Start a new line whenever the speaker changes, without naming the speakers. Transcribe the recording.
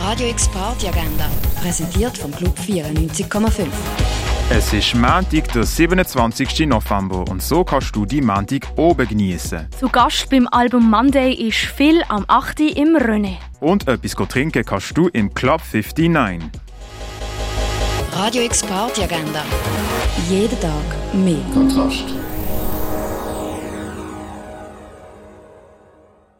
Radio X Agenda, präsentiert vom Club 94,5.
Es ist Montag, der 27. November und so kannst du die Montag oben genießen.
Zu Gast beim Album Monday ist Phil am 8. Uhr im René.
Und etwas trinken kannst du im Club 59.
Radio X Agenda. Jeden Tag mehr.
Kontrast.